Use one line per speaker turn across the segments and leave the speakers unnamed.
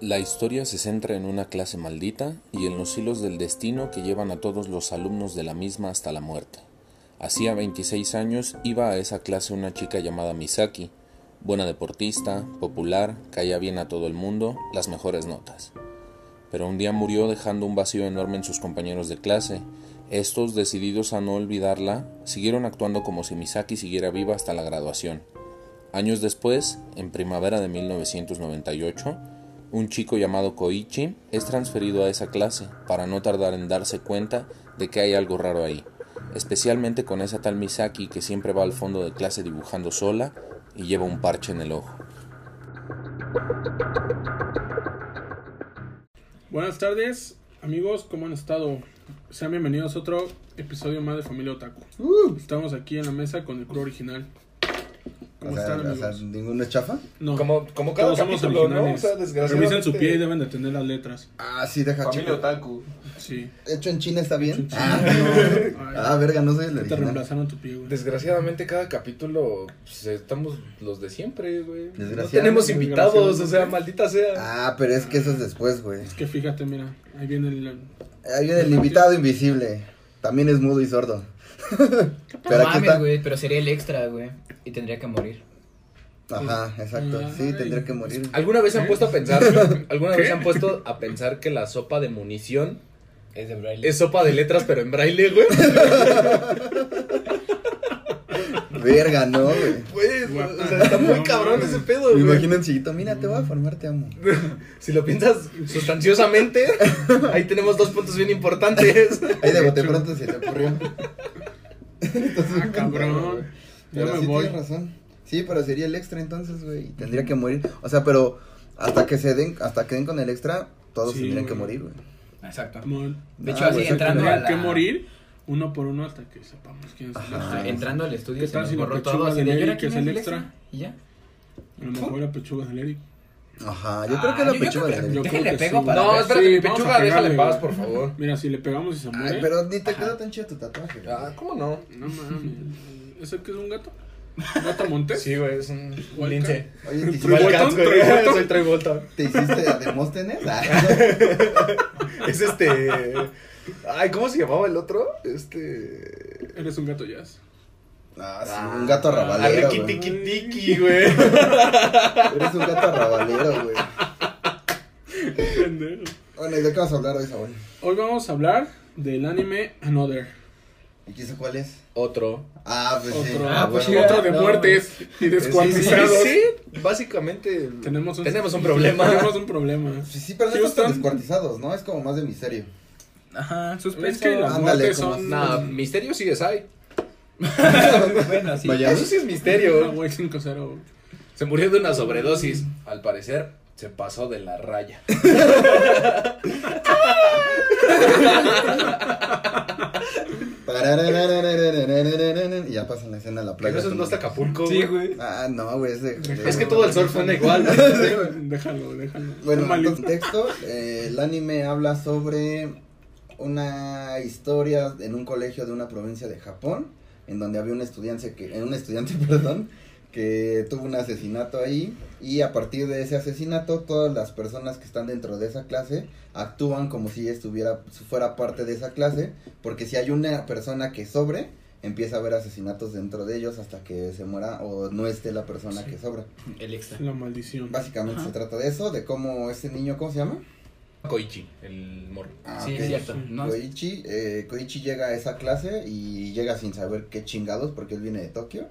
La historia se centra en una clase maldita y en los hilos del destino que llevan a todos los alumnos de la misma hasta la muerte. Hacía 26 años iba a esa clase una chica llamada Misaki, buena deportista, popular, caía bien a todo el mundo, las mejores notas. Pero un día murió dejando un vacío enorme en sus compañeros de clase. Estos, decididos a no olvidarla, siguieron actuando como si Misaki siguiera viva hasta la graduación. Años después, en primavera de 1998, un chico llamado Koichi es transferido a esa clase para no tardar en darse cuenta de que hay algo raro ahí, especialmente con esa tal Misaki que siempre va al fondo de clase dibujando sola y lleva un parche en el ojo.
Buenas tardes, amigos, ¿cómo han estado? Sean bienvenidos a otro episodio más de Familia Otaku.
Uh.
Estamos aquí en la mesa con el crew original. ¿Cómo
O sea,
están,
o sea,
amigos?
¿ninguna chafa?
No,
Como, como cada
todos somos
capítulo, ¿no? O
originales.
sea, desgraciadamente.
Revisen su pie y deben de tener las letras.
Ah, sí, deja
Familia
chico.
Otaku.
Sí.
Hecho en China está bien.
Ah,
Ah, ah, verga, no soy el
te
original.
reemplazaron tu pie, güey.
Desgraciadamente, cada capítulo pues, estamos los de siempre, güey. No
Desgraciadamente.
tenemos invitados, o sea,
Desgraciadamente.
maldita sea.
Ah, pero es que eso es después, güey.
Es que fíjate, mira, ahí viene el...
Ahí viene el invitado invisible. También es mudo y sordo. pero
no
aquí
mames,
está.
güey, pero sería el extra, güey. Y tendría que morir.
Ajá, exacto.
Ah,
Sí,
Ay.
tendría que morir.
¿Alguna vez se han puesto a pensar? ¿Alguna vez se han puesto a pensar que la sopa de munición
Es de braille.
es sopa de letras, pero en braille, güey?
Verga, no, güey.
Pues, o sea, está muy cabrón ese pedo,
Me
güey.
imagino un chiquito, mira, te voy a formar, te amo.
Si lo piensas sustanciosamente, ahí tenemos dos puntos bien importantes.
Ahí de bote pronto se te ocurrió.
Ah, cabrón. Ya
Pero
me
sí
voy.
tienes razón. Sí, pero sería el extra entonces, güey. y Tendría que morir. O sea, pero hasta que se den, hasta que den con el extra, todos
Sí,
tendrían que
güey.
morir, güey.
Exacto.
Mon.
De hecho,
Ah,
así
güey,
entrando a
Tendrían
la...
que morir uno por uno hasta que sepamos quién es el
Ajá.
Ajá,
extra.
entrando al
¿Qué
estudio se
tal
nos
si la
borró
pechuga
todo. Así
de
de, ¿y ahora
Eric es
quién es
el
el
extra?
extra? Y ya.
A lo mejor la pechuga del Eric.
Ajá, yo creo que la
yo
pechuga de
creo que-
Yo creo
la
Déjale,
que
pego
sí,
para
güey.
No,
ver.
espérate, mi
Sí, vamos
pechuga,
a
déjale en
pegarle,
paz,
güey.
por favor.
Mira, si le pegamos y se muere.
Ay, pero ni te quedó tan chido tu tatuaje. güey.
Ah, ¿cómo no?
No mames. ¿Es el que es un gato? ¿Un ¿Gato montés?
Sí, güey, es un
Walcott.
lince.
Oye, ¿te
Igual
hiciste,
que-
Walcott,
Walcott,
güey.
Walcott.
Soy Travolta.
¿te hiciste a Demóstenes? Ah,
Es este. Ay, ¿cómo se llamaba el otro? Este.
Eres un gato jazz.
Ah, sí, un gato arrabalero,
Arre,
güey.
tiki, tiki, güey.
Eres un gato arrabalero, güey.
Pendejo.
Bueno, ¿y de qué vas a hablar hoy, Saúl?
Hoy vamos a hablar del anime Another.
¿Y qué sé cuál es?
Otro.
Ah, pues sí.
Otro,
Ah, pues
huevo.
sí.
otro de
no,
muertes y descuartizados.
Sí, sí, básicamente.
Tenemos un,
Tenemos un problema.
Tenemos un problema.
Sí, sí, pero no
Houston.
están descuartizados, ¿no? Es como más de misterio.
Ajá,
Es que las
Ándale,
muertes
como-
son.
Nah, misterio sí es ahí.
bueno, sí.
Vaya.
Eso sí es
Ah,
misterio.
güey, 5-0.
Se murió de una sobredosis. Al parecer, se pasó de la raya.
Y ya pasan la escena a la
Que
playa.
no es no está Acapulco.
Sí, güey.
Ah, no, güey, es de- de-
Es que todo el surf fue igual.
Déjalo, déjalo. Está
Bueno, en
malito.
contexto, eh, el anime habla sobre una historia en un colegio de una provincia de Japón, en donde había un estudiante que, eh, un estudiante, perdón, que tuvo un asesinato ahí, y a partir de ese asesinato, todas las personas que están dentro de esa clase actúan como si estuviera, si fuera parte de esa clase, porque si hay una persona que sobre, empieza a haber asesinatos dentro de ellos hasta que se muera o no esté la persona que sobra.
El extra.
La maldición.
Básicamente
Ajá.
se trata de eso, de cómo ese niño, ¿cómo se llama?
Koichi, el morro.
Ah,
sí,
ok.
es cierto. No,
Koichi, eh, Koichi llega a esa clase y llega sin saber qué chingados porque él viene de Tokio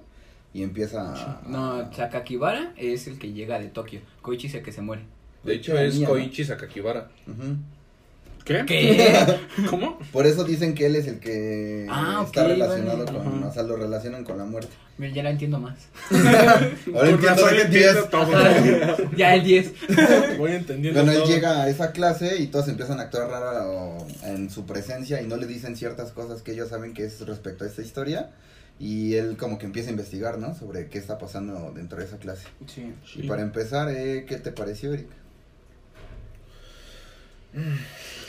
y empieza a...
no, Sakakibara es el que llega de Tokio. Koichi es el que se muere.
De hecho, es
Mía, ¿no?
Koichi Sakakibara.
Ujú.
¿Qué?
¿Qué?
¿Cómo?
Por eso dicen que él es el que
Ah,
está
ok,
relacionado
vale.
con...
Ajá.
O sea, lo relacionan con la muerte.
Mira, ya la entiendo más.
Ahora
Con
entiendo
razón
de qué
entiendo
días.
todo.
ya el 10.
Voy entendiendo
Bueno, él
todo.
llega a esa clase y todos empiezan a actuar raro en su presencia y no le dicen ciertas cosas que ellos saben que es respecto a esta historia. Y él como que empieza a investigar, ¿no? Sobre qué está pasando dentro de esa clase.
Sí.
Y para empezar, eh, ¿qué te pareció, Eric?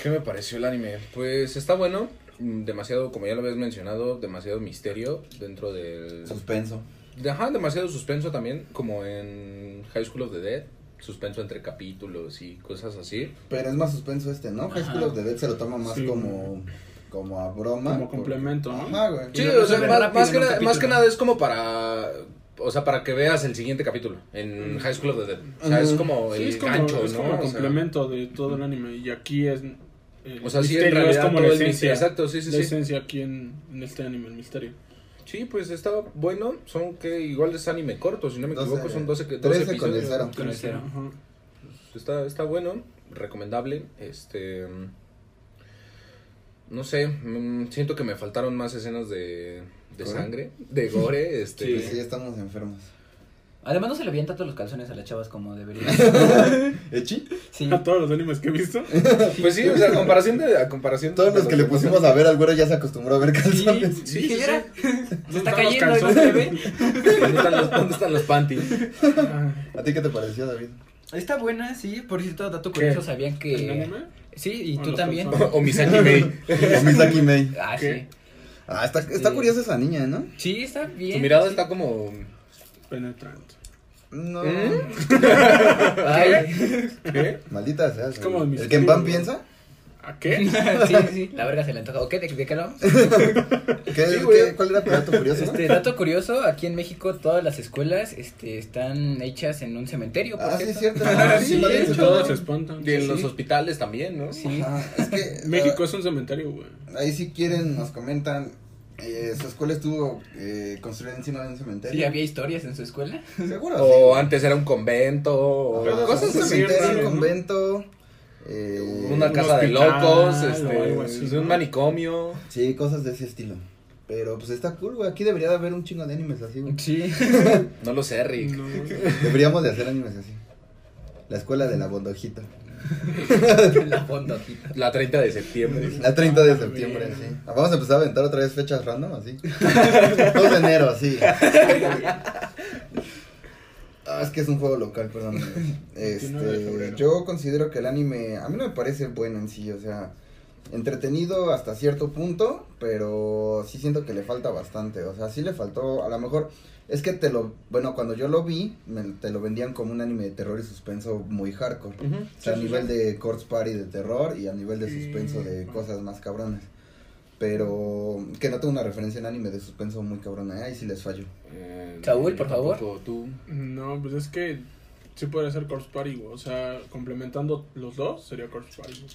¿Qué me pareció el anime? Pues está bueno. mm, Demasiado, como ya lo habías mencionado, demasiado misterio dentro del...
Suspenso.
Ajá, demasiado suspenso también, como en High School of the Dead. suspenso entre capítulos y cosas así.
Pero es más suspenso este, ¿no? High School
Ajá.
of the Dead se lo toma más
Sí.
como, como a broma.
Como
por-
complemento, ¿no?
Ajá, güey.
Sí,
Y lo
o sea,
resuelven
más,
rápido
más que
en un
nada, más que
capítulo.
nada es como para. O sea, para que veas el siguiente capítulo en High School of the Dead. O sea, es
Ujú.
como
Sí,
el
es como,
gancho,
es
¿no?
como
O sea,
complemento de todo el anime. Y aquí es. el
O sea, sí, en
misterio
realidad
es como
todo
la
el misterio.
esencia.
Exacto, sí, sí,
la
sí.
esencia aquí en, en este anime, el misterio.
Sí, pues estaba bueno. Son que igual es anime corto, si no me
Doce,
equivoco,
eh,
son 12, que- 12
13 con
episodios.
el cero.
Con el cero.
Ajá.
Está, está bueno, recomendable. Este. No sé, mm, siento que me faltaron más escenas de, de
¿Gore?
sangre, de gore. Este,
Sí, sí, estamos enfermos.
Además no se le avienta todos los calzones a las chavas como debería.
¿Echi?
Sí.
A todos los animes que he visto.
Pues sí, o sea, a comparación de. A comparación
Todos
de
los que le pusimos a ver al güero ya se acostumbró a ver calzones.
Sí,
sí, sí,
dije, "Mira, Se está
Están los
cayendo y no se
calzones.
ve.
¿Dónde están los, dónde están los panties?
Ah,
¿A ti qué te pareció, David?
Está buena, sí. Por cierto, dato
¿Qué?
curioso, sabían
¿El
que...
anime?
Sí, y
¿O
tú
los
también.
calzones?
O Misaki May.
O Misaki May.
Ah, sí.
¿Qué?
Ah, está, está
Sí.
curiosa esa niña, ¿no?
Sí, está bien.
Tu mirada
sí.
está como.
Penetrante.
No.
Ay.
¿Qué?
Maldita sea. Es
como el
el que en pan
misterio,
piensa.
¿A qué?
sí, sí, la verga se le antoja. ¿O qué? ¿De, de qué hablamos?
¿Qué,
Sí,
qué-
güey.
¿Cuál era tu dato curioso?
Este, dato curioso, aquí en México todas las escuelas este, están hechas en un cementerio, por
Ah, sí, es cierto.
cierto.
Ah,
Sí,
sí,
lo
de
habías
hecho,
dicho,
todos
¿no?
se espantan.
Y en los
sí.
hospitales también, ¿no?
Sí.
Ajá, ah, es que.
México es un cementerio, güey.
ah, ahí, si quieren, nos comentan. eh, su escuela estuvo eh, construida encima de un cementerio.
Sí, había historias en su escuela.
Seguro. sí.
O antes era un convento. O
Pero
Ah,
cosas
un
así
cementerio,
raras,
un
¿no?
convento. eh,
Una
Un
casa de
hospital
locos,
o
este,
algo así,
un
¿no?
manicomio.
Sí, cosas de ese estilo. Pero pues está cool, güey. Aquí debería de haber un chingo de animes así, güey.
Sí.
No lo sé, Rick.
No.
Deberíamos de hacer animes así. La escuela de la bondojita.
la fondo aquí.
La 30 de septiembre.
La 30 de
Ah,
septiembre,
bien.
sí. Vamos a empezar a aventar otra vez fechas random, así. 2 de enero, así. Ah, es que es un juego local, perdón.
de febrero.
Este, yo considero que el anime, a mí no me parece bueno en sí, o sea, entretenido hasta cierto punto, pero sí siento que le falta bastante, o sea, sí le faltó, a lo mejor, es que te lo, bueno, cuando yo lo vi, me- te lo vendían como un anime de terror y suspenso muy hardcore. O sea, a nivel de Corpse Party de terror y a nivel de suspenso de
Mm.
cosas más cabronas. Pero que no tengo una referencia en anime de suspenso muy cabrona, ¿eh? ahí sí les fallo.
Eh,
Saúl, por
tampoco Tú.
No, pues es que sí podría ser Corpse Party, güey. O sea, complementando los dos sería Corpse Party. güey.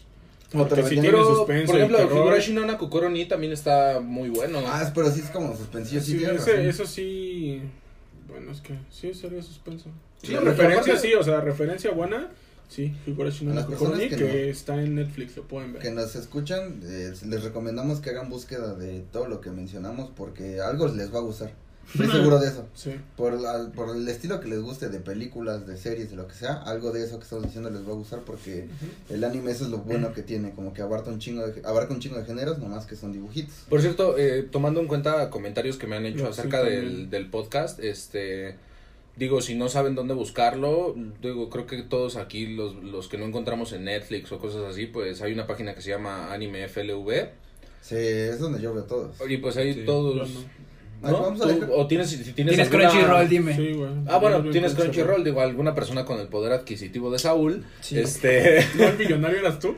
Porque
Otra vez
si
ya.
tiene
Pero,
suspenso
por
y
ejemplo,
terror.
Higurashi no Nakukoro ni también está muy bueno.
Ah, es- pero sí es como suspensillo, sí,
Sí,
tienes
ese-
razón.
eso sí. Bueno, es que sí sería suspenso.
Sí,
La
pero
referencia
aparte-
sí, o sea, referencia buena. Sí, Higurashi no
A las
Nakokoro
personas
ni,
que
que,
no.
está en Netflix, lo pueden ver.
Que nos escuchan, eh, les recomendamos que hagan búsqueda de todo lo que mencionamos porque algo les va a gustar. Estoy seguro de eso.
Sí.
Por, la- por el estilo que les guste de películas, de series, de lo que sea, algo de eso que estamos diciendo les va a gustar porque el anime eso es lo bueno que tiene, como que abarca un chingo de, abarca un chingo de géneros, nomás que son dibujitos.
Por cierto, eh, tomando en cuenta comentarios que me han hecho
No, sí,
acerca del,
también.
del podcast, este, digo, si no saben dónde buscarlo, digo, creo que todos aquí, los, los que no encontramos en Netflix o cosas así, pues hay una página que se llama Anime FLV
Sí, es donde yo veo todos.
y pues ahí
Sí,
todos...
yo no.
Ay,
¿no?
vamos a
Tú-
dejar-
O tienes, si tienes,
Tienes
alguna-
Crunchyroll, dime.
Sí, güey.
Ah,
Yo
bueno,
veo
tienes Crunchyroll, digo, alguna persona con el poder adquisitivo de Saúl,
Sí.
este...
¿No el millonario eras tú?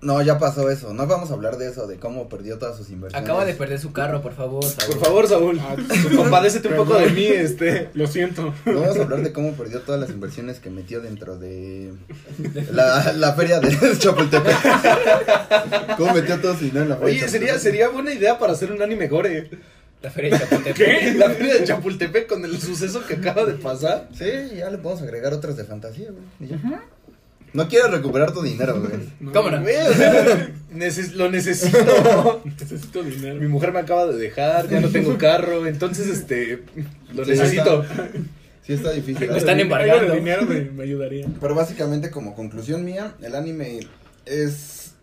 No, ya pasó eso. No vamos a hablar de eso, de cómo perdió todas sus inversiones.
Acaba de perder su carro, por favor. Saúl.
Por favor, Saúl,
Ah,
compadécete un poco de
perdón.
mí, este...
Lo siento.
No vamos a hablar de cómo perdió todas las inversiones que metió dentro de la, la feria de Chapultepec. ¿Cómo metió todo su dinero en la feria?
Oye,
de
sería,
Chapultepec?
sería buena idea para hacer un anime gore.
La feria de Chapultepec.
La feria de Chapultepec con el suceso que acaba de pasar.
Sí, ya le podemos agregar otras de fantasía, güey. y ya. No quieres recuperar tu dinero, güey.
¿Cómo no?
Güey, o sea, neces- lo necesito.
Necesito
Mi
dinero.
mujer me acaba de dejar, ya no tengo carro, entonces este lo
Sí,
necesito.
Sí, está difícil.
Me están embargando.
Algo de dinero me, me ayudaría.
Pero básicamente como conclusión mía, el anime es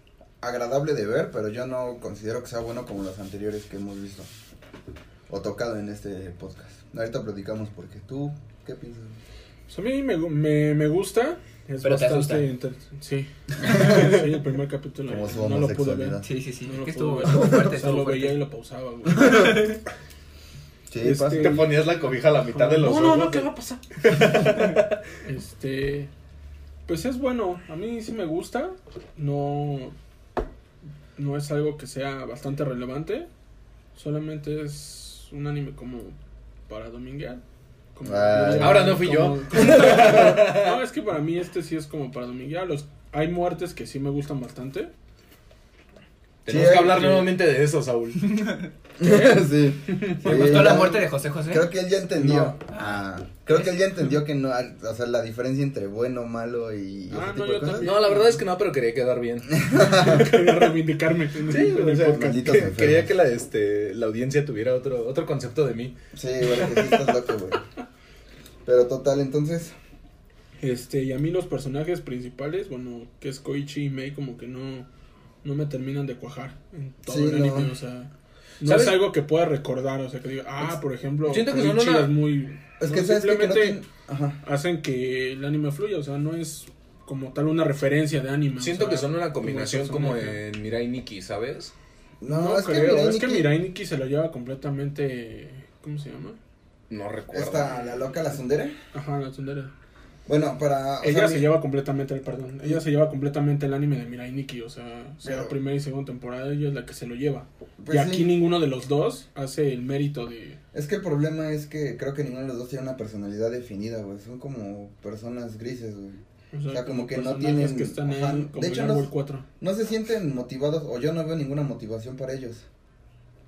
agradable de ver, pero yo no considero que sea bueno como los anteriores que hemos visto o tocado en este podcast. Ahorita platicamos porque tú, ¿qué piensas?
Pues a mí me, gu- me, me gusta. Es
Pero te asusta.
bastante interesante. Sí. sí, el primer capítulo.
Como su
no lo pude ver.
homosexualidad.
Sí, sí, sí.
No lo
que
pude
estuvo,
ver.
estuvo
O
fuerte,
sea,
estuvo
lo veía y
fuerte.
lo pausaba, güey.
Sí,
Este-
pasa.
Te ponías la cobija a la mitad de los
No, no,
ojos.
no, ¿qué va a pasar? Este. Pues es bueno, a mí sí me gusta. No, no es algo que sea bastante relevante. Solamente es un anime como para dominguear. Como-
Ah,
ahora no fui yo.
no, es que para mí este sí es como para dominguear. Los, hay muertes que sí me gustan bastante.
Tenemos
Sí,
que hablar
sí.
nuevamente de eso, Saúl.
sí.
¿Te
Sí,
gustó la
ya-
muerte de José José?
Creo que él ya entendió.
No.
Ah, creo que él ya entendió que no, o sea, la diferencia entre bueno, malo y ese
Ah, no,
tipo
yo
de cosas.
también.
No, la verdad es que no, pero quería quedar bien.
Quería reivindicarme en,
Sí,
en
o
el
sea,
podcast.
malditos
que-
enfermos.
quería que la, este, la audiencia tuviera otro, otro concepto de mí.
Sí, güey, que sí estás loco, güey. Pero total, entonces,
Este, y a mí los personajes principales, bueno, que es Koichi y Mei, como que no, no me terminan de cuajar en todo
Sí,
el anime,
no.
o sea, no
¿Sabes?
es algo que pueda recordar, o sea, que diga, ah, por ejemplo,
Siento que son
Koichi
una-
es muy...
es
no,
que sabes qué? que no
simplemente
tiene- Ajá.
hacen que el anime fluya, o sea, no es como tal una referencia de anime. o
Siento
sea,
que son una combinación como
personaje.
en Mirai Nikki, ¿sabes?
No,
No,
es que
creo,
Mirai
es que
Nikki-
Mirai Nikki se lo lleva completamente... ¿Cómo se llama?
No recuerdo.
Esta, la loca, la sondera.
Ajá, la tsundere.
Bueno, para. o
Ella
sea,
se
mi-
lleva completamente el, perdón, ella se lleva completamente el anime de Mirai Nikki, o sea, sea
Pero-
primera y segunda temporada, ella es la que se lo lleva.
pues
y
sí,
aquí ninguno de los dos hace el mérito de...
Es que el problema es que creo que ninguno de los dos tiene una personalidad definida, güey. Son como personas grises, güey.
O
sea, como que no
personajes
tienen-
que están en-
ajá,
como
de hecho,
en
no-
Árbol 4.
No se sienten motivados, o yo no veo ninguna motivación para ellos.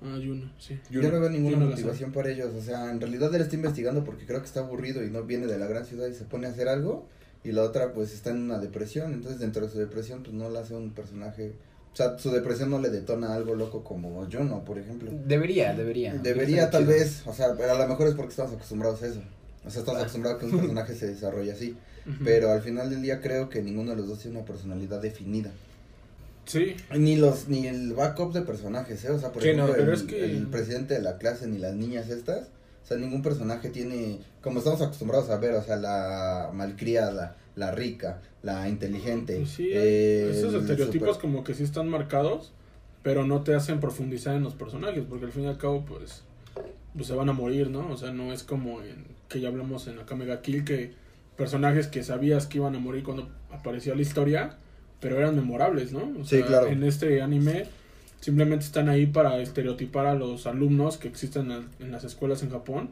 Ah, Juno, sí.
Yo no veo ninguna
Yuno
motivación para ellos. O sea, en realidad él está investigando porque creo que está aburrido y no viene de la gran ciudad y se pone a hacer algo. Y la otra, pues está en una depresión. Entonces, dentro de su depresión, pues no la hace un personaje. O sea, su depresión no le detona algo loco como Juno, por ejemplo.
Debería, debería.
Debería,
Está
tal
chido.
vez. O sea, pero a lo mejor es porque estamos acostumbrados a eso. O sea,
Ah.
estamos acostumbrados a que un personaje se desarrolle así.
Ujú.
Pero al final del día, creo que ninguno de los dos tiene una personalidad definida.
Sí,
Ni los, ni el backup de personajes, ¿eh? O sea, por
Sí, no,
ejemplo,
pero
el,
es que-
el presidente de la clase ni las niñas estas, o sea, ningún personaje tiene, como estamos acostumbrados a ver, o sea, la malcriada, la rica, la inteligente.
pues sí,
eh,
esos
el
estereotipos
super-
como que sí están marcados, pero no te hacen profundizar en los personajes, porque al fin y al cabo, pues, pues se van a morir, ¿no? O sea, no es como en, que ya hablamos en Akame ga Kill, que personajes que sabías que iban a morir cuando aparecía la historia, pero eran memorables, ¿no? O
Sí,
sea,
claro.
En este anime simplemente están ahí para estereotipar a los alumnos que existen al- en las escuelas en Japón,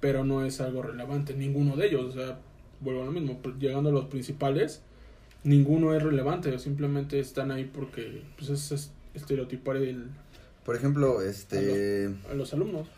pero no es algo relevante, ninguno de ellos, o sea, vuelvo a lo mismo, pr- llegando a los principales, ninguno es relevante, simplemente están ahí porque pues, es, es estereotipar el-
Por ejemplo, este,
a los alumnos.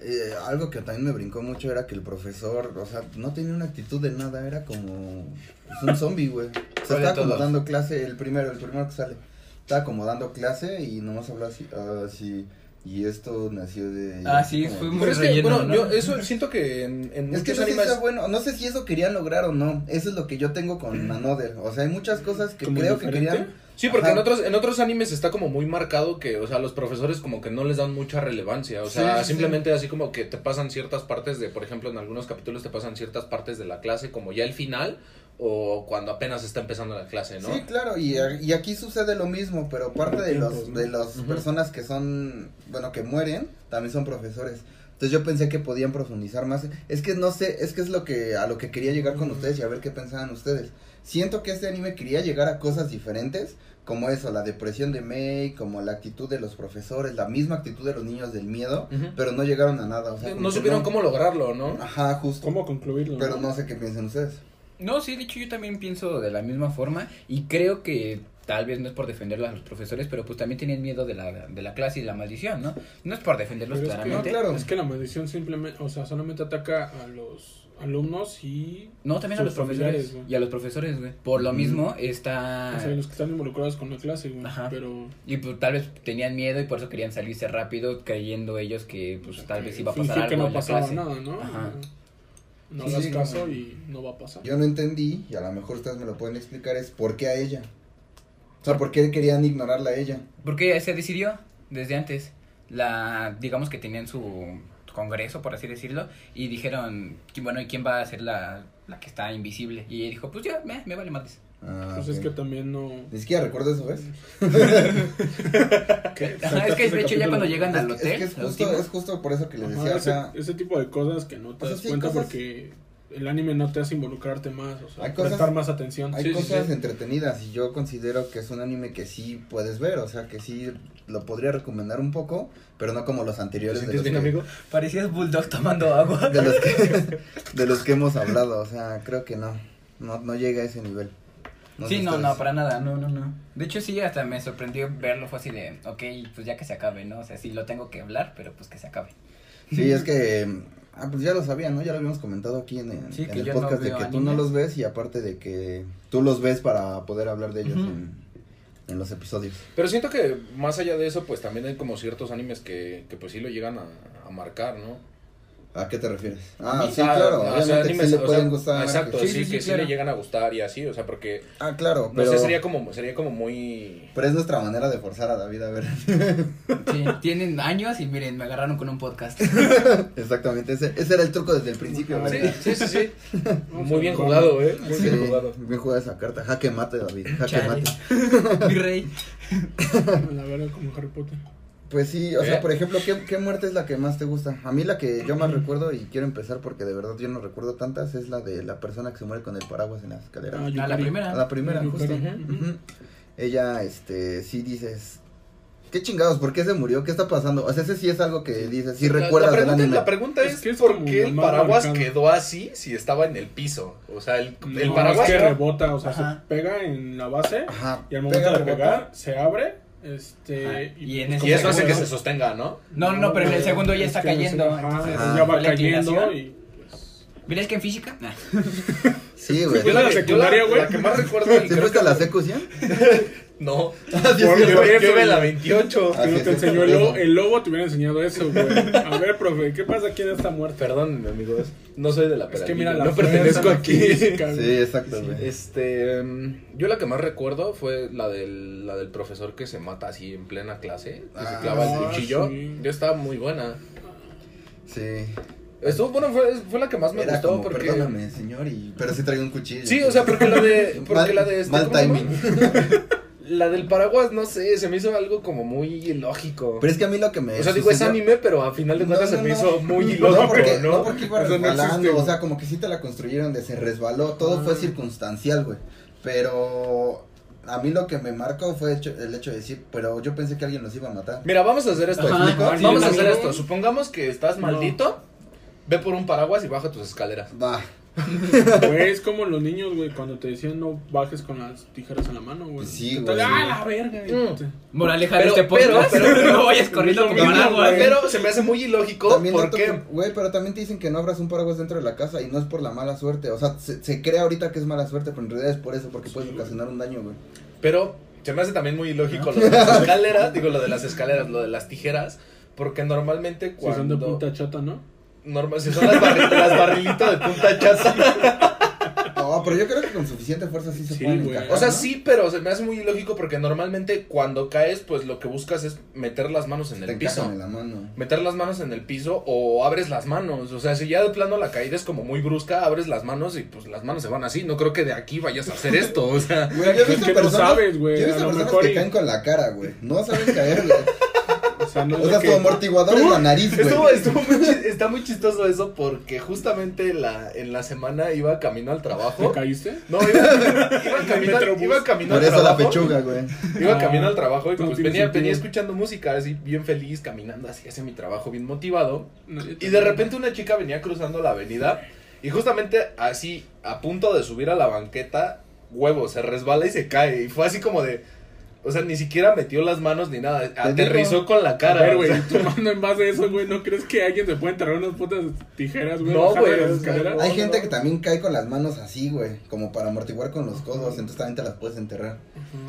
eh, algo que también me brincó mucho era que el profesor, o sea, no tenía una actitud de nada, era como pues, un zombie, güey. O sea,
Fue de
estaba como
todos.
dando clase, el primero, el primero que sale. Estaba como dando clase y nomás hablaba así, así, y esto nació de...
Ah, sí,
como-
fue muy
Pero es que,
relleno,
bueno,
¿no?
yo eso siento que en, en
Es que
muchos
no sé si
animes-
está bueno, no sé si eso querían lograr o no. Eso es lo que yo tengo con Another. O sea, hay muchas cosas que
¿Como
creo
diferente?
que querían.
Sí, porque
Ajá.
en otros, en otros animes está como muy marcado que, o sea, los profesores como que no les dan mucha relevancia. O
Sí,
sea,
sí, sí.
simplemente así como que te pasan ciertas partes de, por ejemplo, en algunos capítulos te pasan ciertas partes de la clase como ya el final o cuando apenas está empezando la clase, ¿no?
Sí, claro, y, a- y aquí sucede lo mismo, pero parte de los de las
Ujú.
personas que son, bueno, que mueren, también son profesores. Entonces yo pensé que podían profundizar más. Es que no sé, es que es lo que a lo que quería llegar con ustedes y a ver qué pensaban ustedes. Siento que este anime quería llegar a cosas diferentes, como eso, la depresión de May, como la actitud de los profesores, la misma actitud de los niños del miedo,
Ujú.
pero no llegaron a nada. O sea,
Eh,
como
No
que
supieron cómo lograrlo, ¿no?
Ajá, justo.
¿Cómo concluirlo?
Pero no sé qué piensan ustedes.
No, sí, de hecho yo también pienso de la misma forma y creo que tal vez no es por defender a los profesores, pero pues también tienen miedo de la, de la clase y la maldición, ¿no? No es por defenderlos
Pero es, que,
claramente.
no, claro.
es que la maldición simplemente, o sea, solamente ataca a los alumnos y
No, también a
Sus
los profesores.
familiares, güey.
Y a los profesores, güey. Por lo
Ujú.
mismo
o
está...
sea, los que están involucrados con la clase, güey.
Ajá.
Pero
Y pues tal vez tenían miedo y por eso querían salirse rápido, creyendo ellos que pues tal vez iba a pasar
fingir
algo
que no
en la
pasaba
clase.
nada, ¿no?
Ajá.
No
Sí,
hagas
sí,
caso
como-
y no va a pasar.
Yo no entendí, y a lo mejor ustedes me lo pueden explicar, es por qué a ella. O sea, por qué querían ignorarla a ella.
Porque se decidió desde antes. La, digamos que tenían su congreso, por así decirlo, y dijeron, "Qui- bueno, ¿y quién va a ser la, la que está invisible? Y ella dijo, pues ya, me, me vale madres.
Ah,
Entonces Pues es
ok.
que también no...
Ni siquiera recuerdo eso, ¿ves?
Ajá, es que de hecho ya cuando llegan al
Es que-
hotel,
es, que es
la
justo,
última-
es justo por eso que les
Ajá,
decía, o
ese,
sea,
ese tipo de cosas que no te
o sea,
das
sí hay
cuenta
cosas-
porque el anime no te hace involucrarte más, o sea,
Hay
prestar
cosas-
más atención.
Hay
Sí, sí,
cosas
sí.
entretenidas y yo considero que es un anime que sí puedes ver, o sea, que sí lo podría recomendar un poco, pero no como los anteriores de los, que,
Parecías Bulldog tomando agua.
de los que de los que hemos hablado, o sea, creo que no, no, no llega a ese nivel. No
Sí,
sé
no,
ustedes.
no, para nada, no, no, no. De hecho, sí, hasta me sorprendió verlo, fue así de, ok, pues ya que se acabe, ¿no? O sea, sí lo tengo que hablar, pero pues que se acabe.
Sí, es que ah, pues ya lo sabía, ¿no? Ya lo habíamos comentado aquí en el,
Sí,
en
que
el
yo no
podcast de
veo
que tú no
animes.
los ves y aparte de que tú los ves para poder hablar de ellos
Ujú.
en, en los episodios.
Pero siento que más allá de eso, pues también hay como ciertos animes que, que pues sí lo llegan a, a marcar, ¿no?
¿A qué te refieres? Ah,
O
sí,
sea,
claro,
o sea,
obviamente sí
animes,
le
o sea,
pueden gustar.
Exacto,
Sí,
sí,
sí, sí,
que sí
claro.
le llegan a gustar y así, o sea, porque
Ah, claro,
no
pero
sé, sería como sería como muy
Pero es nuestra manera de forzar a David a ver.
Sí, tienen años y miren, me agarraron con un podcast.
Exactamente, ese, ese era el truco desde el principio.
Ajá.
¿verdad?
Sí, sí, sí.
Vamos
Muy
a
bien
ver.
jugado, ¿eh? Muy
Sí,
bien jugado.
bien jugada esa carta. Jaque mate, David. Jaque
Chale.
mate.
Mi rey.
A la verga como Harry Potter.
Pues sí, o
¿Eh?
sea, por ejemplo, ¿qué, ¿qué muerte es la que más te gusta? A mí la que yo más recuerdo y quiero empezar porque de verdad yo no recuerdo tantas es la de la persona que se muere con el paraguas en la escalera.
Ah,
A la
Yukari.
primera.
A la primera,
Yo
justo.
creo, ujú.
Ujú. Ella, este, sí dices, ¿qué chingados? ¿Por qué se murió? ¿Qué está pasando? O sea, ese sí es algo que dices, sí
La-
recuerdas
la,
del
pregunta,
anime.
la pregunta
Es
es,
que es
¿por
como
qué
lo
el
más
paraguas
marcado.
quedó así si estaba en el piso? O sea, el, el
No,
paraguas...
es que
quedó-
rebota, o sea,
Ajá.
se pega en la base
Ajá.
y al momento
pega,
de
rebota.
pegar se abre, este
Ajá. Y en
pues,
ese
Y
como
eso hace que
juega.
se sostenga, ¿no?
No, no, no, pero en el segundo ya
Eh, Es
está
que en el
cayendo.
segundo- ajá,
entonces,
Ah. ya va
¿fue la
cayendo
inclinación?
y pues,
Mira, es que en física. Ah.
Sí, güey.
Yo la de
que-
secundaria,
la-
güey.
La que más recuerdo... y
¿Sí
creo
fuiste a
que-
la Ah, secu, ¿sí?
No,
Por
yo,
eso,
yo iba en la
güey.
28.
Ah,
que no
sí,
te
sí,
enseñó el
sí.
lobo, el lobo te hubiera enseñado eso, güey. A ver, profe, ¿qué pasa? ¿Quién está muerto?
Perdón, amigos. No soy de la
Es
peralvillo,
que mira, la
no
fuerza,
pertenezco
la
aquí.
física, güey.
Sí, exacto, güey.
Este, mm, yo la que más recuerdo fue la del, la del profesor que se mata así en plena clase, que se
Ah,
clava
sí.
el cuchillo.
sí.
Yo estaba muy buena.
Sí.
Estuvo bueno, fue, fue la que más me
Era
gustó
como,
porque
perdóname, señor, y... Pero sí traigo un cuchillo.
Sí, o sea, porque la de porque
Mal-
la de este,
mal
¿cómo se llama?
timing.
La del paraguas, no sé, se me hizo algo como muy ilógico.
Pero es que a mí lo que me
o sea, digo, es
sucedió-
anime, pero a final de
No,
cuentas
no,
se me
no.
hizo muy ilógico,
No, porque,
¿no?
no porque iba
O sea, no
resbalando,
existe,
o sea, como que sí te la construyeron de se resbaló, todo
Ah.
fue circunstancial, güey. Pero a mí lo que me marcó fue hecho- el hecho de decir, pero yo pensé que alguien los iba a matar.
Mira, vamos a hacer esto.
Ajá,
Nico.
sí,
vamos a
la
hacer
mía.
esto. Supongamos que estás
No.
maldito, ve por un paraguas y baja tus escaleras.
Va,
Güey, es como los niños, güey, cuando te decían no bajes con las tijeras en la mano, güey.
Sí,
Te- te-
güey.
¡Ah, la verga!
Mm.
Te-
Moraleja
Pero-
de este podcast.
pero- pero-
no vayas corriendo como
Pero-
un agua. eh.
güey.
Pero se me hace muy ilógico
también no
porque...
te- güey, pero también te dicen que no abras un paraguas dentro de la casa y no es por la mala suerte, o sea, se, se cree ahorita que es mala suerte, pero en realidad es por eso, porque puede ocasionar un daño, güey.
Pero se me hace también muy ilógico lo de las escaleras, digo lo de las escaleras, lo de las tijeras, porque normalmente
Si son
cuando...
de punta chata, ¿no?
normal, si son las, barri- las barrilitas de punta chata.
No, pero yo creo que con suficiente fuerza sí se
Sí,
pueden
güey.
encajar,
O sea,
¿no?
sí, pero se me hace muy ilógico porque normalmente cuando caes, pues lo que buscas es meter las manos en
Te
el
encajan
piso.
en la mano.
meter las manos en el piso o abres las manos. O sea, si ya de plano la caída es como muy brusca, abres las manos y pues las manos se van así. No creo que de aquí vayas a hacer esto. O sea,
Güey, yo he
Es
visto
que no
personas,
sabes, güey,
yo he
a
visto
lo
personas
mejor
que
y-
caen con la cara, güey. No saben caer, güey.
O sea, no es
O sea,
de
tu
que-
amortiguador es la nariz, güey.
estuvo, estuvo muy chi- está muy chistoso eso porque justamente la, en la semana iba camino al
¿Te
trabajo.
caíste?
No, iba, iba camino, al- iba camino
Por
al
eso la
trabajo.
pechuga, güey.
Iba camino al trabajo y
No
pues
Ah, tiene
venía,
sentido.
venía escuchando música así bien feliz, caminando así hacia mi trabajo, bien motivado.
No, yo
Y de
también.
repente una chica venía cruzando la avenida y justamente así, a punto de subir a la banqueta, huevo, se resbala y se cae. Y fue así como de... O sea, ni siquiera metió las manos ni nada. Aterrizó con la
A
cara.
ver, güey,
o sea,
tú mando en base a eso, güey, ¿no crees que alguien se puede enterrar unas putas tijeras, güey?
No,
bajando
güey,
las
o sea,
escaleras?
no.
Hay gente que también cae con las manos así, güey. Como para amortiguar con los codos. Entonces también te las puedes enterrar.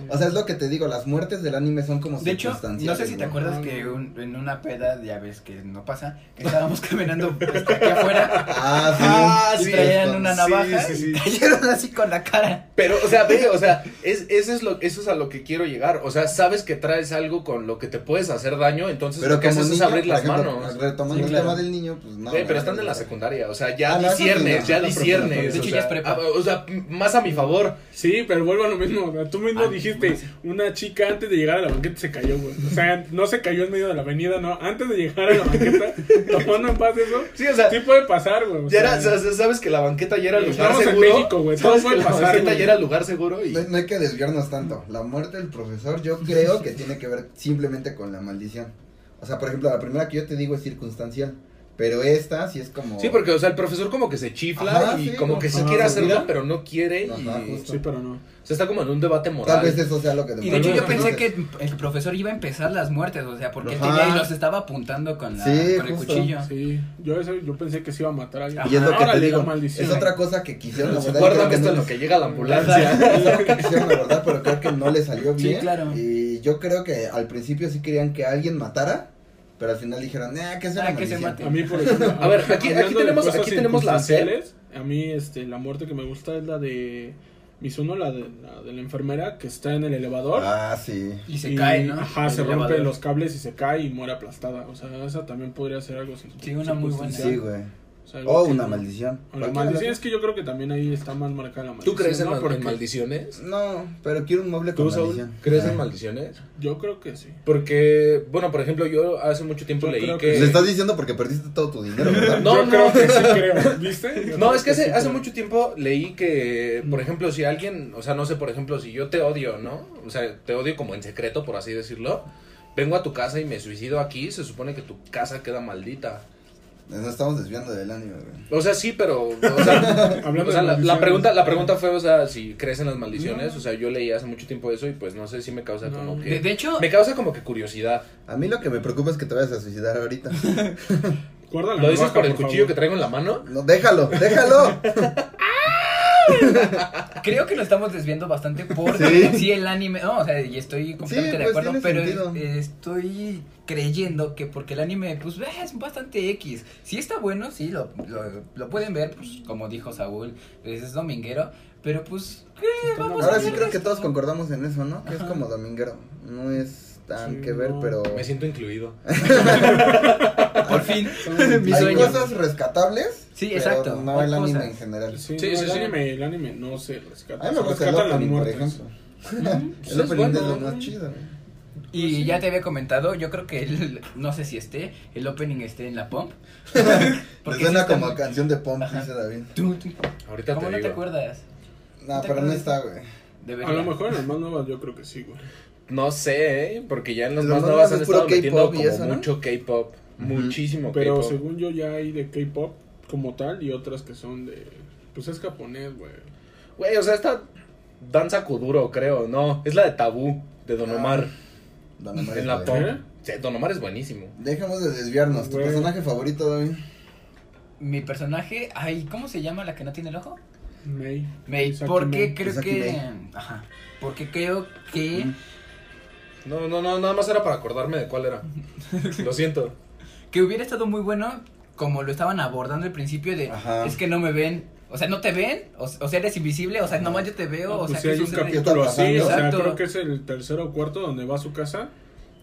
O sea, es lo que te digo. Las muertes del anime son como
De hecho, no
circunstanciales,
sé si te
güey.
acuerdas que un- en una peda, ya ves que no pasa, que estábamos caminando hasta aquí afuera
Ah, sí.
Ah,
y
sí,
traían
esto-
una
sí,
navaja
sí, sí.
y cayeron así con la cara.
Pero, o sea, ve, o sea, es, eso, es lo, eso es a lo que quiero llegar. pegar. O sea, sabes que traes algo con lo que te puedes hacer daño, entonces
Pero
lo que
como
haces es
niño,
abrir
por
las
ejemplo,
manos.
Retomando
Sí,
el
claro.
tema del niño, pues no.
Güey, pero
no,
están
no,
en la
no.
secundaria, o sea, ya
Ah, no, eso sí,
disiernes,
no,
ya
no,
disiernes.
preparatoria.
o
De hecho,
sea,
ya es prepa.
ah, o sea, más a mi favor.
Sí, pero vuelvo a lo mismo. o sea, tú mismo
Ah,
dijiste, una chica antes de llegar a la banqueta se cayó, güey. O sea, no se cayó en medio de la avenida, no. Antes de llegar a la banqueta, tomando en paz eso,
Sí, o sea,
sí puede pasar, güey. o
ya era-
sea,
o sea, sabes que la banqueta ya era el lugar
Estamos en
seguro.
México, güey, todo
Sabes que
puede
la
pasar,
banqueta
güey.
ya era el lugar seguro y
No, no hay que desviarnos tanto. La muerte del profesor yo creo que tiene que ver simplemente con la maldición. O sea, por ejemplo, la primera que yo te digo es circunstancial, pero esta sí es como...
Sí, porque, o sea, el profesor como que se chifla
Ajá,
y
sí,
como
¿no?
que sí
Ajá,
quiere
¿se
hacerlo,
olvida?
pero no quiere y...
Ajá, justo.
sí, pero no.
O sea, está como en un debate
Tal vez
moral.
eso sea lo que...
Y de hecho yo
Ajá.
pensé que el profesor iba a empezar las muertes, o sea, porque él
Ajá.
tenía y los estaba apuntando con, la,
Sí,
con el
justo.
cuchillo.
Sí, yo, eso, yo pensé que se iba a matar a alguien.
Y es lo que
Ahora
te
le
digo,
da maldición.
es otra cosa que quisieron
¿Se
abordar. y creo
acuerdan que
no
esto es lo
les-
que llega la ambulancia?
Es lo que quisieron abordar, pero creo que no le salió
Sí,
bien.
claro.
Y yo creo que al principio sí querían que alguien matara, pero al final dijeron, nah, que sea
Ah,
una
que se
maldición".
mate.
A mí, por ejemplo.
A ver, aquí- aquí
hablando de
tenemos-
cosas
aquí tenemos la C.
circunstanciales, A mí, este, la muerte que me gusta es la de Mizuno, la de la, de la enfermera que está en el elevador.
Ah, sí.
Y se
y,
cae, ¿no?
Ajá,
El
se
elevador.
rompe los cables y se cae y muere aplastada. O sea, esa también podría ser algo sin
Sí, una muy buena.
Sí, güey.
O sea, algo
O
que-
una maldición.
o La maldición es que yo creo que también ahí está más marcada la maldición.
¿Tú crees en,
¿no?
mal- en
Porque
maldiciones?
No, pero quiero un mueble
¿Tú,
con
Saúl,
maldición.
crees
Ah.
en maldiciones?
Yo creo que sí.
Porque, bueno, por ejemplo, yo hace mucho tiempo
Yo
leí
creo
que...
Le estás diciendo porque perdiste todo tu dinero, ¿verdad?
Eh. No,
yo
no.
creo que sí creo. ¿Viste? Yo
No,
creo
es que hace,
sí
hace
creo.
mucho tiempo leí que, por
No.
ejemplo, si alguien, o sea, no sé, por ejemplo, si yo te odio, ¿no? O sea, te odio como en secreto, por así decirlo. Vengo a tu casa y me suicido aquí, se supone que tu casa queda maldita.
Nos estamos desviando del anime, güey.
O sea, sí, pero, o sea,
Hablando
o
de
sea, la, la
maldiciones.
pregunta, la pregunta fue, o sea, si crees en las maldiciones,
No.
o sea, yo leí hace mucho tiempo eso y pues no sé si me causa
No.
como que...
De, de hecho,
me causa como que curiosidad.
A mí lo que me preocupa es que te vayas a suicidar ahorita.
Guarda la
¿Lo dices
navaja,
por el
por
cuchillo que
favor.
traigo en la mano?
No, déjalo, déjalo.
Pues, creo que lo estamos desviando bastante porque
Sí.
sí, el anime, no, o sea, y estoy completamente
pues,
de acuerdo,
tiene
pero
sentido.
eh, estoy creyendo que porque el anime, pues, eh, es bastante X. Si está bueno, sí, lo, lo, lo pueden ver, pues, como dijo Saúl, pues, es dominguero, pero pues, eh, vamos a
Ahora sí
ver
creo que
esto.
todos concordamos en eso, ¿no? Que es como dominguero. No es tan
Sí,
que ver,
no.
pero...
Me siento incluido.
Por fin, mi
Hay
sueño.
cosas rescatables.
Sí,
pero
exacto,
No
hay
el anime
cosas.
en general.
Sí,
Sí,
no,
sí,
el,
sí.
Anime, el anime no se rescata.
A mí me
se
gusta
rescatan
el
las
opening, por
muertes.
ejemplo.
pues,
El
es
opening es
bueno,
lo más
¿no?
chido. güey.
Y ya te había comentado, yo creo que el, no sé si esté, el opening esté en la pump.
Me
Porque sí
suena
está
como
muy-
canción de Pomp,
Ajá.
dice David.
Tú, tú-
Ahorita
¿Cómo
te
no te
digo.
acuerdas?
No,
¿Te
pero no
acuerdas?
está, güey.
Debería.
A lo mejor en las más nuevas yo creo que sí, güey.
No sé, ¿eh? porque ya en las
Lo
más
más
nuevas han
es puro
estado metiendo
K-pop y
como
eso, ¿no?
mucho K-pop. Muchísimo
Pero
K-pop.
según yo ya hay de K-pop como tal y otras que son de... Pues es japonés, güey.
Güey, o sea, esta danza Kuduro, creo, no. Es la de Tabú, de Don
Ah,
Omar.
Don Omar es
en la
padre.
pop.
¿Eh?
Sí, Don Omar es buenísimo.
Dejemos de desviarnos. ¿Tu
Güey.
personaje favorito, David?
Mi personaje, ay, ¿cómo se llama la que no tiene el ojo?
May.
May.
Saki
Porque
May.
creo
Saki
que.
May.
Ajá. Porque creo que.
No, no, no, nada más era para acordarme de cuál era. Lo siento.
Que hubiera estado muy bueno como lo estaban abordando al principio de.
Ajá.
Es que no me ven. O sea, no te ven. O, o sea, eres invisible. O sea, nomás yo te veo.
No,
o
pues
sea,
sí,
¿qué
hay un
sucede?
capítulo
está
así,
pasando?
o sea,
Exacto.
creo que es el tercero o cuarto donde va a su casa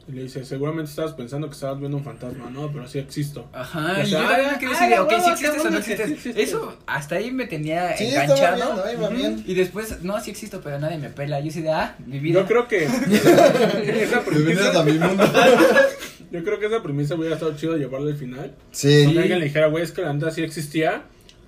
y le dice, seguramente estabas pensando que estabas viendo un fantasma, no, pero sí existo.
Ajá,
O
y
sea,
yo también me quedé así de,
ah,
ok,
huevo,
si existes o no
cabrón, sí
existes.
existes.
Eso hasta ahí me tenía
Sí, estaba bien,
enganchado.
¿no? Iba bien.
Y después, no, sí existo, pero nadie me pela. Yo sí de, ah, mi vida.
Yo creo que esa
Bienvenidos
premisa,
a mi mundo.
yo creo que esa premisa hubiera estado chido llevarla al final. Cuando alguien le
Sí.
dijera, güey, es que la neta sí existía,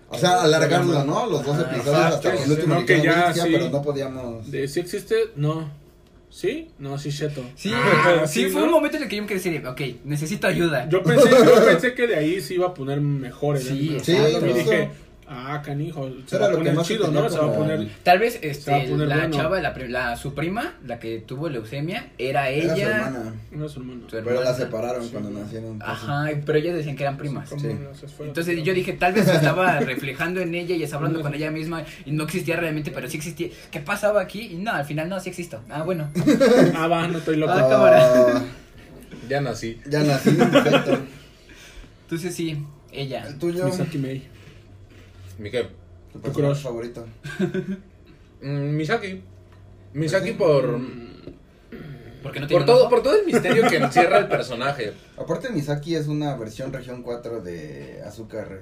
O sea, alargarlo, ¿no? Los dos
Ah,
episodios
exacto,
hasta que el
sí,
último
no, que
dijeron,
ya,
"Bestia",
sí.
pero no podíamos.
de si existe, no. ¿Sí? No, sí, cheto.
Sí,
Ah,
sí,
sí,
fue
¿no?
un momento en el que yo me quedé así de, ok, necesito ayuda.
Yo pensé, yo pensé que de ahí se iba a poner mejor el
Sí,
anime.
sí,
y
justo.
dije, ah, canijo, se
Era
va a
lo que
poner
más se
chido,
tenía
¿no? Se va a
como-
poner...
Tal vez
Se va a
este,
poner
la
bueno.
chava, la, pri- la- su prima, la que tuvo leucemia, era
Era
ella.
su hermana.
No es hermano.
su
Pero la
hermana.
separaron
Sí.
cuando nacieron. pues. casi.
Ajá, y- pero ellas decían que eran primas.
Como
Sí.
las esferas.
Entonces yo dije, tal vez se estaba reflejando en ella y estaba hablando con ella misma y no existía realmente, pero sí existía. ¿Qué pasaba aquí? Y no, al final no, sí existo. Ah, bueno.
Ah, va, no estoy loco.
Ah, cámara.
Ya nací.
Ya nací, perfecto.
Entonces sí, ella.
El tuyo,
Misaki Mei.
Miguel.
tu
crush.
personaje favorito.
Mm, Misaki. Misaki por.
Porque no tiene
Por
un
todo,
ojo.
por todo el misterio que encierra el personaje.
Aparte, Misaki es una versión región 4 de Azúcar Rey.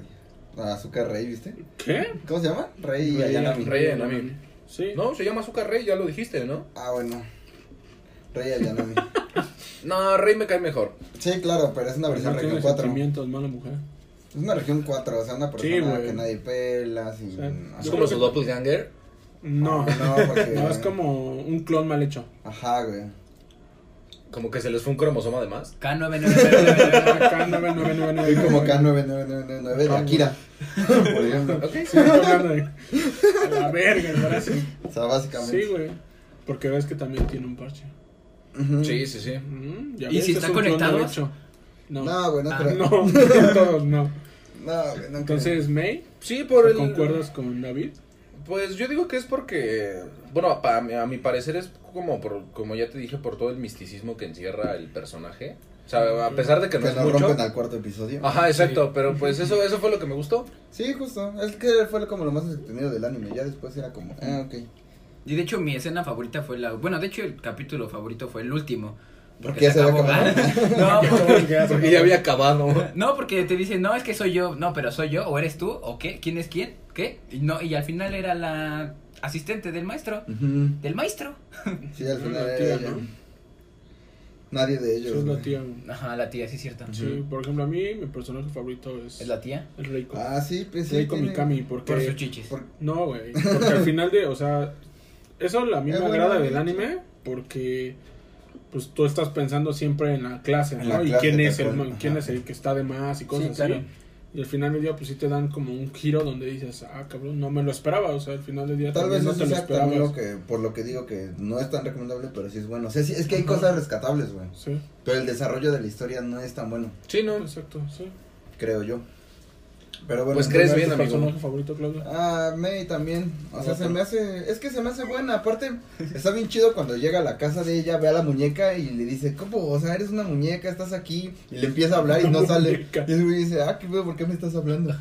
No, Azúcar Rey, ¿viste?
¿Qué?
¿Cómo se llama? Rey,
Rey,
Ayanami.
Rey Ayanami.
Sí.
No, se llama Azúcar Rey, ya lo dijiste, ¿no?
Ah, bueno. Rey Ayanami.
No, Rey me cae mejor.
sí, claro, pero es una
Pero
versión
Pues, no
región
tiene
4.
sentimientos, mala mujer.
Es una región 4, o sea, una
Sí,
persona
güey.
que nadie pela, sin...
O sea,
ajá.
Es como su doppelganger.
No,
No, porque...
no, es como un clon mal hecho.
Ajá, güey.
Como que se les fue un cromosoma de más.
K99999.
Acá 9999.
Soy como K9999
Ah,
de Akira, por ejemplo.
Ok,
Sí, estoy hablando de- A la verga, ahora sí.
O sea,
Sí,
básicamente.
güey. Porque ves que también tiene un parche.
Ujú.
Sí, sí, sí.
Mm, ya
¿Y
ves,
si
es
están
un clon mal
conectados?
hecho. No.
No, güey, no
Ah,
creo.
No, todos no.
No, güey, no creo.
Entonces, May,
Sí, por el...
¿concuerdas con David?
Pues yo digo que es porque, bueno, pa- a mi, a mi parecer es como, por, como ya te dije, por todo el misticismo que encierra el personaje. O sea, a pesar de que no
Que
es
nos
mucho.
rompen al cuarto episodio.
Ah.
Ajá, exacto, pero pues eso, eso fue lo que me gustó.
Sí, justo. Es que fue como lo más entretenido del anime. Ya después era como, ah, ok.
Y de hecho mi escena favorita fue la... Bueno, de hecho el capítulo favorito fue el último.
Porque ya se había
Ah, No, porque-
Porque ya había acabado.
no, porque te dicen, no, es que soy yo. No, pero soy yo, o eres tú, o qué, quién es quién, qué. Y, no, y al final era la asistente del maestro. Del maestro.
Sí, al
Ah,
final
la
era
tía,
ella.
¿no?
Nadie de
Sí,
ellos.
es la
güey.
tía. güey.
Ajá, la tía, sí es cierto.
Sí, por ejemplo, a mí mi personaje favorito es
¿Es la tía?
el Reiko.
Ah, sí, pues sí.
Reiko
tiene-
Mikami, porque...
Por sus chichis.
por-
No, güey. Porque al final de, o sea, eso a mí me
Es bueno,
agrada
de
del
hecho.
anime porque pues tú estás pensando siempre en la clase,
En
¿no?
la
y
clase,
quién
tal
es el
cual,
quién
ajá.
es el que está de más y cosas
Sí, claro.
así. Y al final del día pues sí te dan como un giro donde dices, "Ah, cabrón, no me lo esperaba", o sea, al final del día
Tal
también
vez no
no
es
te lo
exactamente
esperabas.
lo que, por lo que digo que no es tan recomendable, pero sí es bueno. O sea, sí, es que hay
Ajá.
cosas rescatables, güey.
Sí,
Pero el desarrollo de la historia no es tan bueno,
Sí, no.
exacto, sí.
creo yo. Pero bueno,
Pues
¿Cuál
crees
es
bien,
tu
amigo.
personaje favorito, Claudio?
Ah, May también. O sea, se me hace. Es que se me hace buena. Aparte, está bien chido cuando llega a la casa de ella, ve a la muñeca y le dice, ¿cómo? O sea, eres una muñeca, estás aquí. Y le empieza a hablar y
Una
no sale.
muñeca.
Y el güey dice, ah, qué güey, ¿por qué me estás hablando?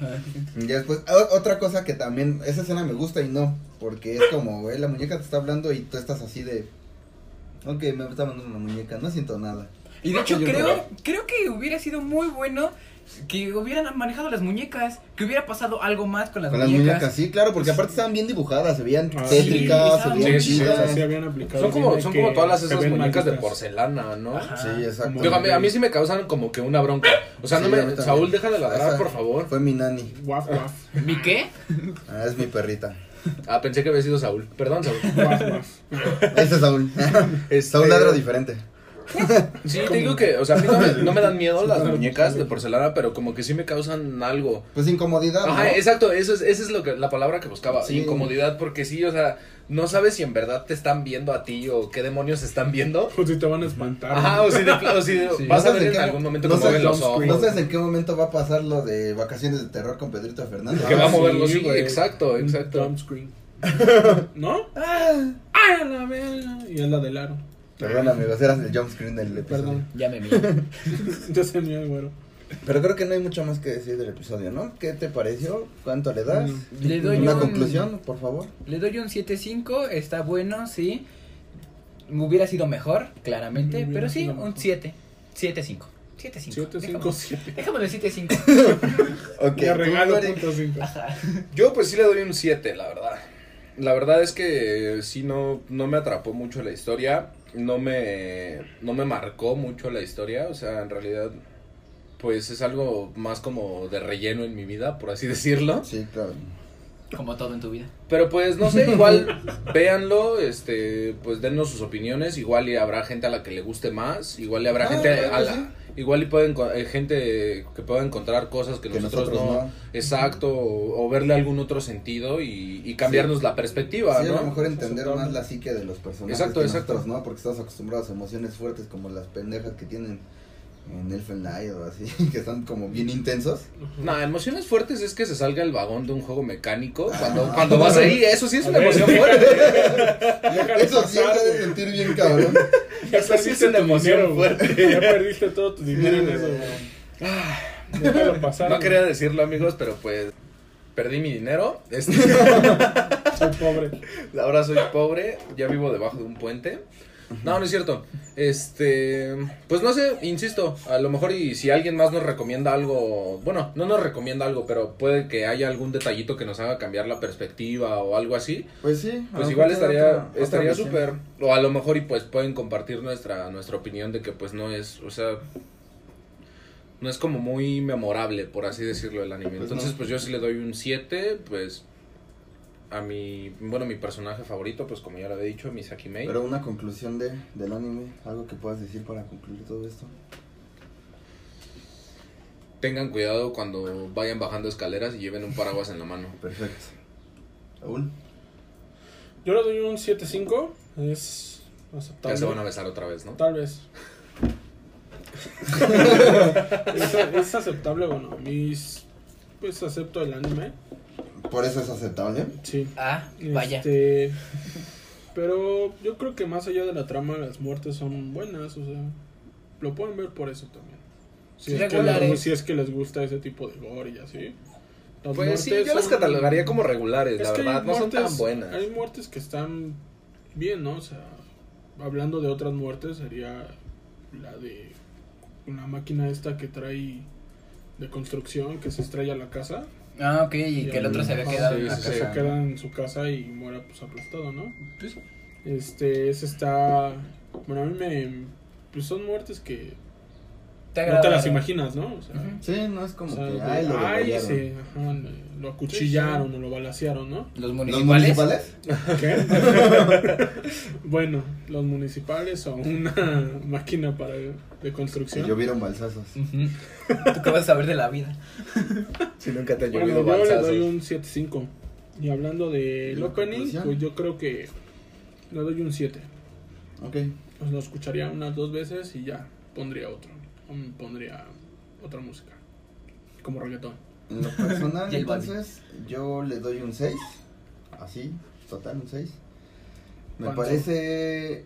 Y ya después, o- otra cosa que también. Esa escena me gusta y no. Porque es como, güey, la muñeca te está hablando y tú estás así de. Ok, me está hablando una muñeca, no siento nada.
Y de hecho
Yo
creo, creo que hubiera sido muy bueno que hubieran manejado las muñecas, que hubiera pasado algo más con las,
Con las
muñecas.
muñecas, sí, claro, porque aparte estaban bien dibujadas, se veían
Ah,
tétricas,
sí,
se veían
sí, sí,
O sea,
chidas.
sí habían aplicado
Son como,
bien
son
que
como todas las
se
esas
ven
muñecas de
malditas.
porcelana, ¿no?
Ajá.
Sí, exacto.
Digo, a, mí, a mí sí me causan como que una bronca. O sea,
Sí,
no
a mí
me,
también.
Saúl, deja de
Esa
ladrar, por favor.
Fue mi nani.
Guaf, guaf.
¿Mi qué?
Ah, es mi perrita.
Ah, pensé que había sido Saúl. Perdón, Saúl.
Guaf, guaf.
Ese es Saúl. Saúl
Este-
ladra diferente.
Sí, te digo que, o sea, a mí no me, no me dan miedo las
Sí,
muñecas
sí.
de porcelana, pero como que sí me causan algo.
Pues incomodidad.
Ajá,
¿no?
exacto, eso es, esa es lo que, la palabra que buscaba,
Sí.
incomodidad, porque sí, o sea, no sabes si en verdad te están viendo a ti o qué demonios están viendo.
Pues si te van a espantar.
Ajá,
¿no?
o si, de- o si de-
Sí.
vas
No sé
a ver
de
en
qué-
algún momento
no
cómo
sé-
ven los
no sé-
ojos.
No sabes en qué momento va a pasar lo de vacaciones de terror con Pedrito Fernández.
Que va a
vamos
mover los hijos,
güey.
exacto,
Un
exacto.
jump screen. ¿No? ¡Ay, a la verga! Y es la del aro.
Perdón, amigos, eras el jump screen del episodio.
Perdón.
Ya me vi.
Ya se me güero.
Pero creo que no hay mucho más que decir del episodio, ¿no? ¿Qué te pareció? ¿Cuánto le das?
Mm. Le doy
Una
un-
conclusión, por favor.
Le doy un 7.5, está bueno, sí. Hubiera sido mejor, claramente,
Hubiera
pero sí,
sido
un
mejor.
7. 7.5. 7.5.
757.
Déjamelo en 7.5.
Ok.
Te regalo
tú, Eric.
punto cinco.
Yo pues sí le doy un 7, la verdad. La verdad es que eh, sí no, no me atrapó mucho la historia, no me, no me marcó mucho la historia, o sea, en realidad pues es algo más como de relleno en mi vida, por así decirlo.
Sí, claro.
Como todo en tu vida.
Pero pues no sé, igual véanlo, este, pues dennos sus opiniones, igual y habrá gente a la que le guste más, igual y habrá
Ah,
gente
claro
a
que
la
sí.
igual y pueden co- eh, gente que pueda encontrar cosas que,
Que
nosotros,
nosotros
no,
no.
exacto, o, o verle algún otro sentido y, y cambiarnos la perspectiva,
Sí, a
¿no?
lo mejor entender más la psique de los personajes
Exacto,
que
exacto.
nosotros, ¿no? Porque estamos acostumbrados a emociones fuertes como las pendejas que tienen en Elfen Light o así, que están como bien intensos.
Nah, emociones fuertes es que se salga el vagón de un juego mecánico cuando, cuando vas ahí, eso sí es
A
una
ver.
emoción fuerte.
Déjalo
Eso sí
pasar,
te
güey.
de sentir bien cabrón.
Ya
Eso sí es
perdiste
una
tu
emoción
dinero, güey.
fuerte.
Ya perdiste todo tu dinero en eso, güey. Déjalo pasar.
No
güey.
quería decirlo, amigos, pero pues perdí mi dinero. Este
Soy pobre.
Ahora soy pobre, ya vivo debajo de un puente. No, no es cierto. Este, pues no sé, insisto, a lo mejor y si alguien más nos recomienda algo, bueno, no nos recomienda algo, pero puede que haya algún detallito que nos haga cambiar la perspectiva o algo así,
Pues sí. a
pues
lo
igual
mejor te da
estaría
otra- otra
estaría
visión.
súper o a lo mejor y pues pueden compartir nuestra nuestra opinión de que pues no es, o sea, no es como muy memorable, por así decirlo, el anime.
Pues
Entonces,
no.
pues yo sí le doy un 7, pues a mi, bueno, mi personaje favorito, pues como ya lo había dicho, Misaki Mei.
Pero una conclusión de, del anime, algo que puedas decir para concluir todo esto.
Tengan cuidado cuando vayan bajando escaleras y lleven un paraguas en la mano.
Perfecto. Raúl.
Yo le doy un 7.5. Es aceptable.
Ya se van a besar otra vez, ¿no?
Tal vez. es, es aceptable, bueno, mis. Pues acepto el anime.
Por eso es aceptable.
Sí.
Ah, vaya.
Este, pero yo creo que más allá de la trama, las muertes son buenas, o sea, lo pueden ver por eso también. Si, es, que
Regulares.
les, si es que les gusta ese tipo de gore y así. Las
Pues sí,
muertes
yo las
son-
catalogaría como regulares,
Es
la
que hay
verdad. No son tan
muertes-
buenas.
Hay muertes que están bien, ¿no? O sea, hablando de otras muertes, sería la de una máquina esta que trae de construcción que se estrella a la casa.
Ah, ok, y que el otro se había
Ajá,
quedado
sí,
en la
sí,
casa.
sí.
Se queda en su casa y muera pues aplastado, ¿no? Este, ese está... Bueno, a mí me... Pues son muertes que no te las
agradaron.
imaginas, ¿no? O sea,
Ujú.
Sí, no es
o
como
sea,
que.
de,
Ay, lo
ay,
degollaron".
ese, ajá, lo acuchillaron o lo balacearon, ¿no?
Los
¿Los
municipales.
municipales?
¿Qué? bueno, los municipales o una máquina para de
Se
construcción.
llovieron balsazos.
Ujú. ¿Tú qué vas a saber de la vida?
Si nunca te ha
Bueno,
llovido
yo le
balsazos.
doy un 7.5. Y hablando del
¿La
opening,
conclusión?
pues yo creo que le doy un 7.
Mm.
Ok.
Pues lo escucharía unas dos veces y ya pondría otro. O me pondría otra música. Como reggaetón.
En lo personal,
Y el Barbie.
entonces, yo le doy un 6. Así, total, un 6. Me
¿Cuánto?
parece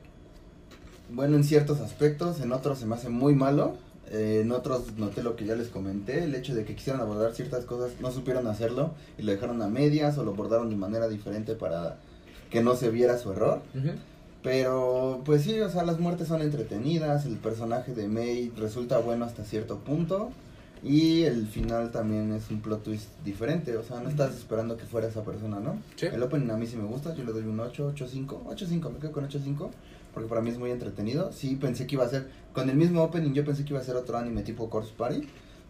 bueno en ciertos aspectos, en otros se me hace muy malo. eh, en otros noté lo que ya les comenté, el hecho de que quisieron abordar ciertas cosas, no supieron hacerlo y lo dejaron a medias o lo abordaron de manera diferente para que no se viera su error.
Ujú.
Pero, pues sí, o sea, las muertes son entretenidas, el personaje de May resulta bueno hasta cierto punto y el final también es un plot twist diferente, o sea, no estás esperando que fuera esa persona, ¿no?
Sí.
El opening a mí sí me gusta, yo le doy un 8, 8, 5, 8, 5, me quedo con 8, 5, porque para mí es muy entretenido. Sí, pensé que iba a ser, con el mismo opening yo pensé que iba a ser otro anime tipo Corpse Party,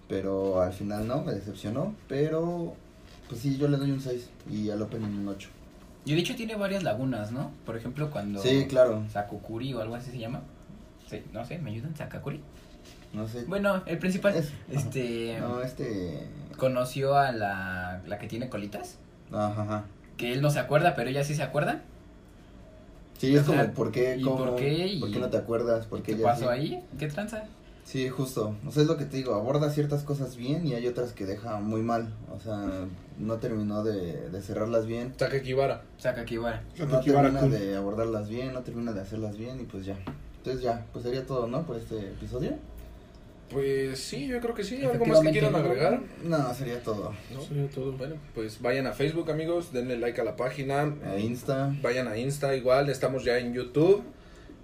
pero al final no, me decepcionó, pero, pues sí, yo le doy un 6 y al opening un 8.
Y de hecho tiene varias lagunas, ¿no? Por ejemplo, cuando.
Sí, claro,
Sakukuri o algo así se llama. Sí, no sé, ¿me ayudan? Sakakuri.
no sé.
Bueno, el principal.
Es-
Este.
No, este...
Conoció a la, la que tiene colitas.
Ajá, ajá.
Que él no se acuerda, pero ella sí se acuerda.
Sí, es
O sea,
como, ¿por qué?
¿y
¿Cómo?
por qué? Y-
¿Por qué no te acuerdas? ¿Por qué
¿Qué
ya
pasó
sí?
ahí? ¿Qué tranza?
Sí, justo. O sea, es lo que te digo, aborda ciertas cosas bien y hay otras que deja muy mal. O sea, no terminó de, de cerrarlas bien,
Takakibara.
Sakakibara.
no
Ah,
termina de abordarlas bien, no termina de hacerlas bien y pues ya. Entonces ya, pues sería todo, ¿no? Por este episodio.
Pues sí, yo creo que sí. ¿Algo más que quieran agregar?
No, sería todo.
¿No?
Sería todo.
Bueno, pues vayan a Facebook, amigos, denle like a la página.
A Eh, Insta.
Vayan a Insta, igual, estamos ya en YouTube.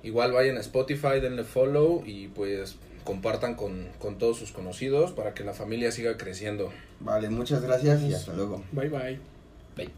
Igual vayan a Spotify, denle follow y pues compartan con, con todos sus conocidos para que la familia siga creciendo.
Vale, muchas gracias y hasta luego.
Bye bye.
Bye.